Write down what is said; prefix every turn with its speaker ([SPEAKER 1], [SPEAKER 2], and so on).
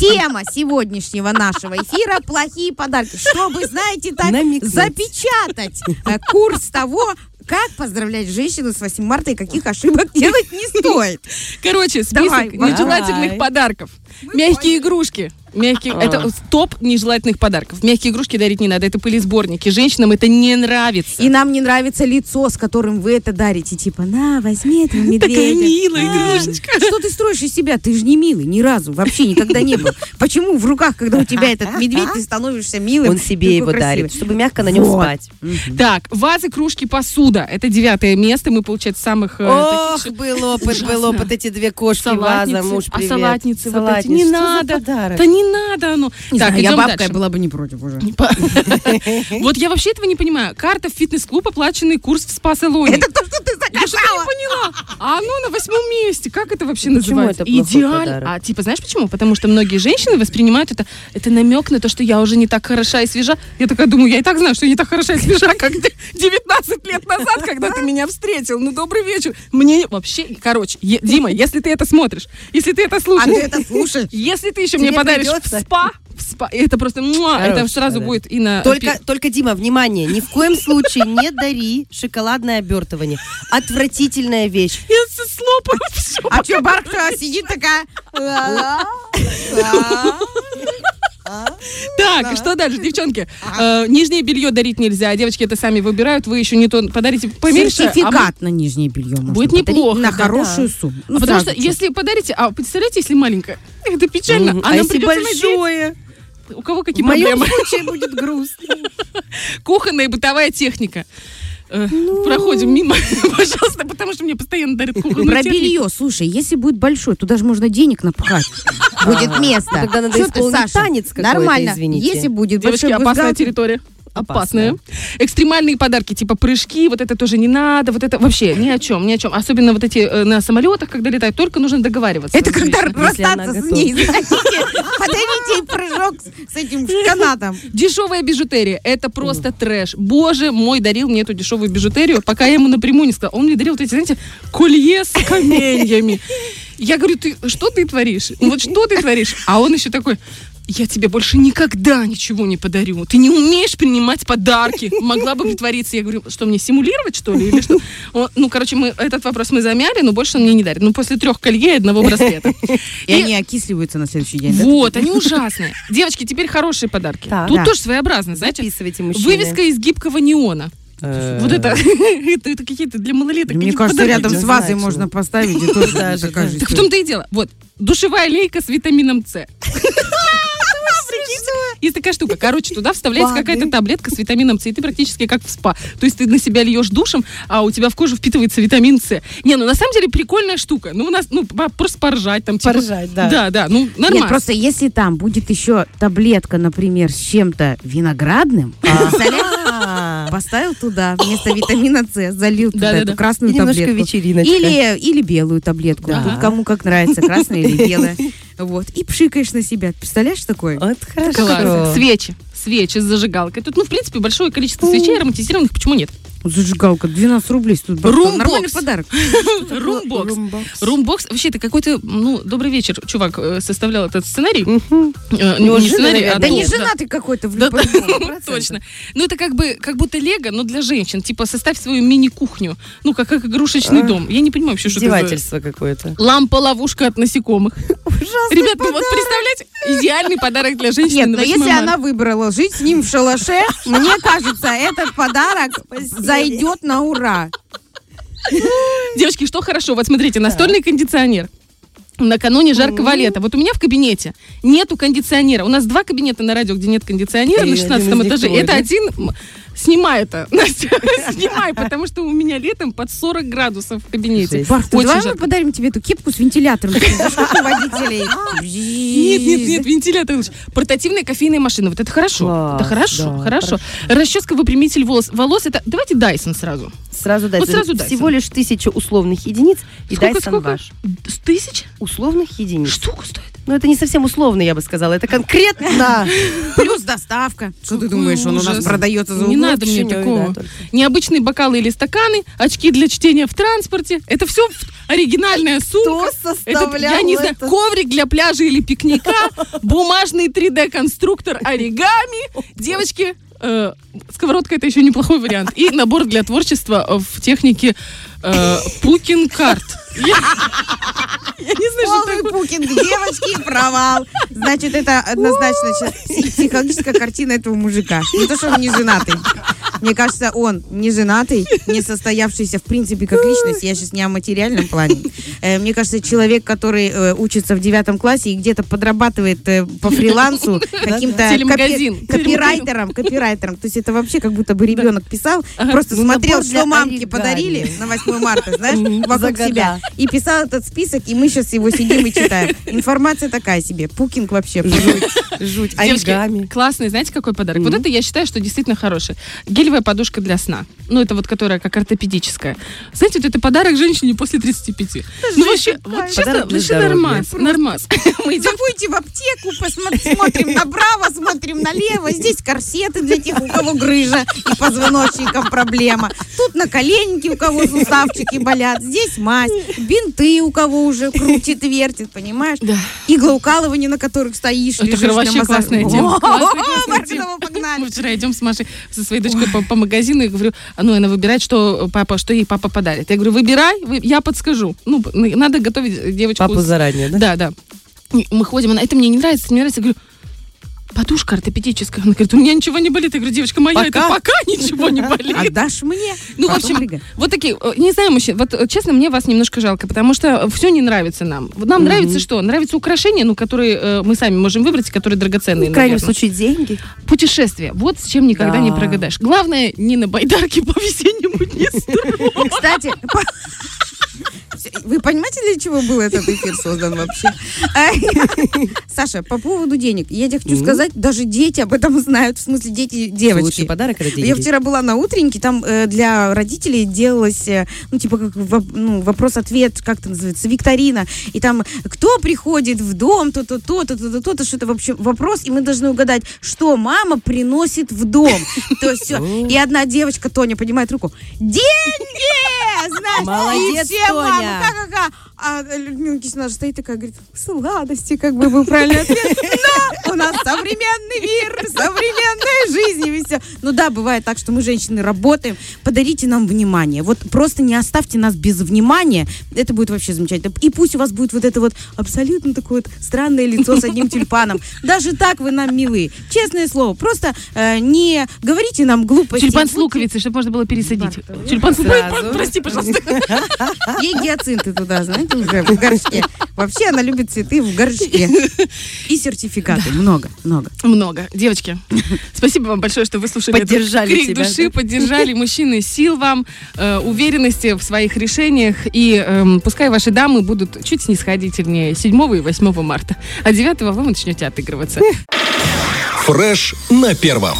[SPEAKER 1] Тема сегодняшнего нашего эфира – плохие подарки. Чтобы, знаете, так
[SPEAKER 2] Намекнуть.
[SPEAKER 1] запечатать э, курс того, как поздравлять женщину с 8 марта и каких ошибок делать не стоит.
[SPEAKER 3] Короче, список
[SPEAKER 1] Давай, Варя.
[SPEAKER 3] нежелательных
[SPEAKER 2] Давай.
[SPEAKER 3] подарков. Мягкие игрушки. Мягкие, это топ нежелательных подарков. Мягкие игрушки дарить не надо, это пылесборники. Женщинам это не нравится.
[SPEAKER 1] И нам не нравится лицо, с которым вы это дарите. Типа, на, возьми этого медведя.
[SPEAKER 3] Такая милая
[SPEAKER 1] А,
[SPEAKER 3] игрушечка.
[SPEAKER 1] Что ты строишь из себя? Ты же не милый ни разу, вообще никогда не был. Почему в руках, когда у тебя этот медведь, ты становишься
[SPEAKER 3] Ну,
[SPEAKER 1] милым?
[SPEAKER 2] Он себе его
[SPEAKER 1] такой красивый?
[SPEAKER 2] дарит, чтобы мягко на нем
[SPEAKER 1] Вот.
[SPEAKER 2] спать.
[SPEAKER 3] Так, вазы, кружки, посуда. Это девятое место. Мы, получается, самых... э, таких
[SPEAKER 2] Ох,
[SPEAKER 3] же-
[SPEAKER 2] Ну, был опыт,
[SPEAKER 3] Ужасно.
[SPEAKER 2] был опыт, эти две кошки, ваза,
[SPEAKER 3] Салатницы.
[SPEAKER 2] муж,
[SPEAKER 3] А
[SPEAKER 2] привет.
[SPEAKER 3] салатницы вот эти?
[SPEAKER 2] Салатницы.
[SPEAKER 3] Не
[SPEAKER 2] Что за
[SPEAKER 3] надо.
[SPEAKER 2] подарок?
[SPEAKER 3] Да не надо оно.
[SPEAKER 1] Не
[SPEAKER 3] так,
[SPEAKER 1] знаю, я
[SPEAKER 3] идем
[SPEAKER 1] бабка, я
[SPEAKER 3] дальше.
[SPEAKER 1] была бы не против уже.
[SPEAKER 3] Вот я вообще этого не понимаю. Карта в фитнес-клуб, оплаченный курс в спа-салоне.
[SPEAKER 1] Это то, что ты
[SPEAKER 3] Я что-то не
[SPEAKER 1] заказала.
[SPEAKER 3] поняла. А оно на восьмом месте. Как это вообще
[SPEAKER 2] Почему
[SPEAKER 3] называется?
[SPEAKER 2] это плохой
[SPEAKER 3] Идеально.
[SPEAKER 2] подарок?
[SPEAKER 3] А типа, знаешь почему? Потому что многие женщины воспринимают это, это намек на то, что я уже не так хороша и свежа. Я такая думаю, я и так знаю, что я не так хороша и свежа, как ты 19 лет назад, когда ты меня встретил. Ну, добрый вечер. Мне вообще, короче, е- Дима, если ты это смотришь, если ты это
[SPEAKER 1] А ты
[SPEAKER 3] слушаешь,
[SPEAKER 1] это слушаешь?
[SPEAKER 3] если ты еще
[SPEAKER 2] Тебе
[SPEAKER 3] мне подаришь
[SPEAKER 2] придется.
[SPEAKER 3] в спа, в спа, это просто, муа, это
[SPEAKER 2] Хороший
[SPEAKER 3] сразу
[SPEAKER 2] подарок.
[SPEAKER 3] будет и на...
[SPEAKER 2] Только, только, Дима, внимание, ни в коем случае не дари шоколадное обертывание. Отвратительная вещь.
[SPEAKER 3] Я со слопаю всё.
[SPEAKER 1] А что, Барбара сидит такая... «А, а».
[SPEAKER 3] Так, что дальше, девчонки? Э, Нижнее белье дарить нельзя, а девочки это сами выбирают. Вы еще не то подарите поменьше. а мы-
[SPEAKER 1] Сертификат на нижнее белье можно
[SPEAKER 3] Будет
[SPEAKER 1] подарить
[SPEAKER 3] неплохо,
[SPEAKER 1] На
[SPEAKER 3] да-да. А
[SPEAKER 1] хорошую сумму. Ну,
[SPEAKER 3] Потому что
[SPEAKER 1] сразу же.
[SPEAKER 3] если подарите, а представляете, если маленькое, это печально.
[SPEAKER 2] Мгм.
[SPEAKER 3] А,
[SPEAKER 2] а
[SPEAKER 3] нам
[SPEAKER 2] если
[SPEAKER 3] придется надеть.
[SPEAKER 2] большое?
[SPEAKER 3] У кого
[SPEAKER 2] В
[SPEAKER 3] какие
[SPEAKER 2] моем
[SPEAKER 3] проблемы?
[SPEAKER 2] случае будет грустно.
[SPEAKER 3] Кухонная и бытовая техника. Э, Проходим мимо, пожалуйста, потому что мне постоянно дарят кухонную
[SPEAKER 1] Ну, Про
[SPEAKER 3] технику.
[SPEAKER 1] белье, слушай, если будет большой, туда же можно денег напхать.
[SPEAKER 3] А,
[SPEAKER 1] Будет место.
[SPEAKER 2] Тогда надо
[SPEAKER 1] Что ты,
[SPEAKER 2] исполнить
[SPEAKER 1] Саша?
[SPEAKER 2] танец какой-то,
[SPEAKER 1] Нормально.
[SPEAKER 2] извините.
[SPEAKER 1] Если будет
[SPEAKER 3] Девочки,
[SPEAKER 1] большой
[SPEAKER 3] опасная
[SPEAKER 1] бюстгальтер,
[SPEAKER 3] территория.
[SPEAKER 2] Опасная.
[SPEAKER 3] Опасная. Экстремальные подарки, типа прыжки, вот это тоже не надо, вот это вообще ни о чем, ни о чем. Особенно вот эти э, на самолетах, когда летают, только нужно договариваться.
[SPEAKER 1] Это когда
[SPEAKER 3] Отлично.
[SPEAKER 2] Если
[SPEAKER 1] расстаться
[SPEAKER 2] она
[SPEAKER 1] с ней, знаете, подарите ей прыжок с- с этим канатом.
[SPEAKER 3] Дешевая бижутерия, это просто трэш. Боже мой, дарил мне эту дешевую бижутерию, пока я ему напрямую не сказала. Он мне дарил вот эти, знаете, колье с каменьями. Я говорю, ты что ты творишь? Ну Вот что ты творишь? А он еще такой, я тебе больше никогда ничего не подарю. Ты не умеешь принимать подарки. Могла бы притвориться. Я говорю, что мне симулировать, что ли, или что? Он- ну, короче, мы этот вопрос мы замяли, но больше он мне не дарит. Ну, после трех колье и одного браслета.
[SPEAKER 1] И они окисливаются на следующий день. да?
[SPEAKER 3] Вот, они ужасные. Девочки, теперь хорошие подарки.
[SPEAKER 2] Так.
[SPEAKER 3] Тут
[SPEAKER 1] Да.
[SPEAKER 3] тоже своеобразно, знаете.
[SPEAKER 2] Записывайте, мужчины.
[SPEAKER 3] Вывеска из гибкого неона.
[SPEAKER 2] Э.
[SPEAKER 3] Вот это, это, это какие-то для малолеток.
[SPEAKER 1] Мне
[SPEAKER 3] какие-то
[SPEAKER 1] кажется,
[SPEAKER 3] подарки.
[SPEAKER 1] рядом с
[SPEAKER 2] не
[SPEAKER 1] вазой
[SPEAKER 2] знаю,
[SPEAKER 1] можно
[SPEAKER 2] чего.
[SPEAKER 1] поставить. и тоже
[SPEAKER 2] Да, да,
[SPEAKER 1] такая
[SPEAKER 2] да.
[SPEAKER 1] же
[SPEAKER 3] Так в
[SPEAKER 1] история.
[SPEAKER 3] том-то и дело. Вот, душевая лейка с витамином С. Есть такая штука. Короче, туда вставляется
[SPEAKER 1] Падает.
[SPEAKER 3] какая-то таблетка с витамином С, и ты практически как в спа. То есть ты на себя льешь душем, а у тебя в кожу впитывается витамин С. Не, ну на самом деле прикольная штука. Ну, у нас, ну, по- просто поржать там. типа.
[SPEAKER 2] Поржать, да.
[SPEAKER 3] Да, да, ну,
[SPEAKER 1] Нет,
[SPEAKER 3] нормально.
[SPEAKER 1] просто если там будет еще таблетка, например, с чем-то виноградным, представляешь,
[SPEAKER 2] А.
[SPEAKER 1] поставил туда вместо витамина С, залил туда
[SPEAKER 3] Да-да-да.
[SPEAKER 1] эту красную
[SPEAKER 2] Немножко
[SPEAKER 1] таблетку.
[SPEAKER 2] вечериночка.
[SPEAKER 1] Или, или белую таблетку.
[SPEAKER 3] Да.
[SPEAKER 1] Тут кому как нравится, красная или белая. Вот. И пшикаешь на себя. Представляешь такое?
[SPEAKER 2] Вот
[SPEAKER 3] Класс.
[SPEAKER 2] хорошо.
[SPEAKER 3] Свечи. Свечи с зажигалкой. Тут, ну, в принципе, большое количество свечей ароматизированных. Почему нет?
[SPEAKER 1] Зажигалка, 12 рублей стоит. братан.
[SPEAKER 3] Румбокс.
[SPEAKER 1] Нормальный подарок.
[SPEAKER 3] Румбокс.
[SPEAKER 2] Румбокс.
[SPEAKER 3] Румбокс, вообще, это какой-то, ну, добрый вечер, чувак, э, составлял этот сценарий.
[SPEAKER 2] Мгм.
[SPEAKER 3] Э,
[SPEAKER 2] Ну,
[SPEAKER 3] не
[SPEAKER 2] жена,
[SPEAKER 3] сценарий, а
[SPEAKER 2] наверное.
[SPEAKER 1] Да
[SPEAKER 3] дом,
[SPEAKER 1] не женатый какой-то. в
[SPEAKER 3] Да,
[SPEAKER 1] любом-
[SPEAKER 3] Ну, Точно. Ну, это как бы как будто лего, но для женщин. Типа, составь свою мини-кухню. Ну, как, как игрушечный
[SPEAKER 2] А.
[SPEAKER 3] дом. Я не понимаю вообще, что это за...
[SPEAKER 2] Издевательство какое-то.
[SPEAKER 3] Лампа-ловушка от насекомых.
[SPEAKER 2] Ужасно.
[SPEAKER 3] Ребят, ну вот представляете, идеальный подарок для женщины
[SPEAKER 1] Нет,
[SPEAKER 3] на
[SPEAKER 1] но
[SPEAKER 3] 8
[SPEAKER 1] если
[SPEAKER 3] марта.
[SPEAKER 1] она выбрала жить с ним в шалаше, мне кажется, этот подарок зайдет на ура.
[SPEAKER 3] Девочки, что хорошо, вот смотрите, настольный кондиционер. Накануне жаркого лета. Вот у меня в кабинете нету кондиционера. У нас два кабинета на радио, где нет кондиционера
[SPEAKER 2] И
[SPEAKER 3] на
[SPEAKER 2] один
[SPEAKER 3] 16
[SPEAKER 2] из них
[SPEAKER 3] этаже.
[SPEAKER 2] твой,
[SPEAKER 3] Это
[SPEAKER 2] да?
[SPEAKER 3] один... м, Снимай это, Настя, снимай, потому что у меня летом под 40 градусов в кабинете.
[SPEAKER 2] Жесть.
[SPEAKER 1] Барт, ну
[SPEAKER 3] Очень
[SPEAKER 1] давай мы
[SPEAKER 3] жарко.
[SPEAKER 1] подарим тебе эту кепку с вентилятором. чтобы школа водителей.
[SPEAKER 3] Нет, нет, нет, вентилятор лучше. Портативная кофейная машина. Вот это хорошо.
[SPEAKER 2] Класс,
[SPEAKER 3] это хорошо,
[SPEAKER 2] да,
[SPEAKER 3] хорошо. Расческа, выпрямитель волос. Волос это... Давайте Дайсон сразу.
[SPEAKER 2] Сразу дать.
[SPEAKER 3] Вот Ну, сразу дай сам.
[SPEAKER 2] Всего лишь тысяча условных единиц и дай
[SPEAKER 3] Сколько, сколько?
[SPEAKER 2] санваш.
[SPEAKER 3] С тысяч?
[SPEAKER 2] Условных единиц.
[SPEAKER 3] Штуку стоит?
[SPEAKER 2] Ну, это не совсем условно, я бы сказала. Это конкретно.
[SPEAKER 1] Плюс доставка. Что ты
[SPEAKER 3] Какой
[SPEAKER 1] думаешь, он у нас
[SPEAKER 3] ужас.
[SPEAKER 1] продается за
[SPEAKER 3] Не
[SPEAKER 1] углом?
[SPEAKER 3] надо мне
[SPEAKER 2] Кишиневе, да,
[SPEAKER 3] такого.
[SPEAKER 2] только.
[SPEAKER 3] Необычные бокалы или стаканы, очки для чтения в транспорте. Это все оригинальная сумка. Этот, я не знаю, коврик для пляжа или пикника, бумажный 3D-конструктор оригами. Девочки, э, сковородка это еще неплохой вариант. И набор для творчества э, в технике э, пукинг-карт. Я, я не знаю, что
[SPEAKER 1] Полный
[SPEAKER 3] такое.
[SPEAKER 1] пукинг, девочки, провал. Значит, это однозначно щас психологическая картина этого мужика. Не то, что он не женатый. Мне кажется, он не женатый, не состоявшийся, в принципе, как личность. Я сейчас не о материальном плане. Э, Мне кажется, человек, который э, учится в девятом классе и где-то подрабатывает э, по фрилансу каким-то копи-
[SPEAKER 3] Телемагазин.
[SPEAKER 1] копирайтером, копирайтером. То есть это вообще как будто бы ребенок писал, просто
[SPEAKER 2] Ну,
[SPEAKER 1] смотрел,
[SPEAKER 2] набор для
[SPEAKER 1] что мамки
[SPEAKER 2] оригами.
[SPEAKER 1] подарили на 8 марта, знаешь,
[SPEAKER 2] Мгм.
[SPEAKER 1] вокруг
[SPEAKER 2] Загадал.
[SPEAKER 1] себя. И писал этот список, и мы сейчас его сидим и читаем. Информация такая себе. Пукинг вообще.
[SPEAKER 2] Жуть.
[SPEAKER 3] Девочки,
[SPEAKER 2] Оригами.
[SPEAKER 3] классный, знаете, какой подарок? Вот
[SPEAKER 2] А Мгм.
[SPEAKER 3] это я считаю, что действительно хороший. Гелевая подушка для сна. Ну, это вот которая как ортопедическая. Знаете, вот это подарок женщине после 35. Ну, вообще, вот честно,
[SPEAKER 2] Подарок для
[SPEAKER 3] вообще
[SPEAKER 2] здоровья.
[SPEAKER 3] нормас, нормас. Мы идем
[SPEAKER 1] Заходите в аптеку, посмотри- смотрим направо, смотрим налево. Здесь корсеты для тех, у кого грыжа и позвоночников проблема. Тут на коленке у кого суставчики болят. Здесь мазь, бинты у кого уже крутит, вертит, понимаешь?
[SPEAKER 3] Да.
[SPEAKER 1] Иглоукалывание, на которых стоишь,
[SPEAKER 3] Это
[SPEAKER 1] лежишь на
[SPEAKER 3] вообще
[SPEAKER 1] массаж.
[SPEAKER 3] классная тема.
[SPEAKER 1] О,
[SPEAKER 3] Классная, классная
[SPEAKER 1] Мартинова, погнали.
[SPEAKER 3] Мы вчера идем с Машей со своей дочкой по, по магазину и говорю, а ну она выбирает, что папа, что ей папа подарит. Я говорю, выбирай, вы- я подскажу. Ну, п- надо готовить девочку.
[SPEAKER 2] Папу
[SPEAKER 3] с-
[SPEAKER 2] заранее, да?
[SPEAKER 3] Да, да. И Мы ходим, она, это мне не нравится, это не нравится. Я говорю, подушка ортопедическая. Она говорит, у меня ничего не болит. Я говорю, девочка моя, это
[SPEAKER 2] Пока.
[SPEAKER 3] пока ничего не болит.
[SPEAKER 1] Отдашь мне?
[SPEAKER 3] Ну, в
[SPEAKER 1] Потом
[SPEAKER 3] общем,
[SPEAKER 1] прыгай.
[SPEAKER 3] Вот такие, э, не знаю, мужчин, вот э, честно, мне вас немножко жалко, потому что все не нравится нам. Вот Нам нравится что? Нравится украшения, ну, которые э, мы сами можем выбрать, и которые драгоценные,
[SPEAKER 2] Ну, В крайнем
[SPEAKER 3] наверное.
[SPEAKER 2] случае, деньги.
[SPEAKER 3] Путешествие. Вот с чем никогда
[SPEAKER 2] Да.
[SPEAKER 3] не прогадаешь. Главное, не на байдарке по весеннему Днестру.
[SPEAKER 1] Кстати, по- Всё, вы понимаете, для чего был этот эфир создан вообще? А, Саша, по поводу денег. Я тебе хочу
[SPEAKER 2] Мгм.
[SPEAKER 1] сказать, даже дети об этом знают. В смысле, дети,
[SPEAKER 2] Лучший
[SPEAKER 1] девочки.
[SPEAKER 2] подарок это деньги.
[SPEAKER 1] Я вчера была на утреннике, там э, для родителей делалось, э, ну, типа, как воп- ну, вопрос-ответ, как это называется, викторина. И там, кто приходит в дом, то-то, то-то, то-то, то-то, что-то вообще вопрос, и мы должны угадать, что мама приносит в дом. То есть, всё.
[SPEAKER 2] Ну.
[SPEAKER 1] и одна девочка, Тоня, поднимает руку, деньги! Знаешь, и
[SPEAKER 2] Молодец,
[SPEAKER 1] все мамы,
[SPEAKER 2] Тоня.
[SPEAKER 1] ха-ха-ха. А Людмила Кисина же стоит такая, говорит, сладости, как бы был правильный ответ. Но у нас современный мир, современная жизнь и все. Ну да, бывает так, что мы, женщины, работаем. Подарите нам внимание. Вот просто не оставьте нас без внимания. Это будет вообще замечательно. И пусть у вас будет вот это вот абсолютно такое вот странное лицо с одним тюльпаном. Даже так вы нам милы. Честное слово, просто э, не говорите нам глупости.
[SPEAKER 3] Тюльпан с луковицей, чтобы можно было пересадить. Тюльпан с луковицей. Прости, пожалуйста.
[SPEAKER 1] Ей А, гиацинты туда, знаете, уже в горшке. Вообще она любит цветы в горшке. И сертификаты. Много, много.
[SPEAKER 3] Много. Девочки, спасибо вам большое, что вы слушали этот
[SPEAKER 2] Поддержали
[SPEAKER 3] крик
[SPEAKER 2] тебя,
[SPEAKER 3] души,
[SPEAKER 2] да?
[SPEAKER 3] поддержали мужчины. Сил вам, э, уверенности в своих решениях. И эм, пускай ваши дамы будут чуть снисходительнее 7 и 8 марта. А 9 вы начнете отыгрываться.
[SPEAKER 4] Фреш на первом.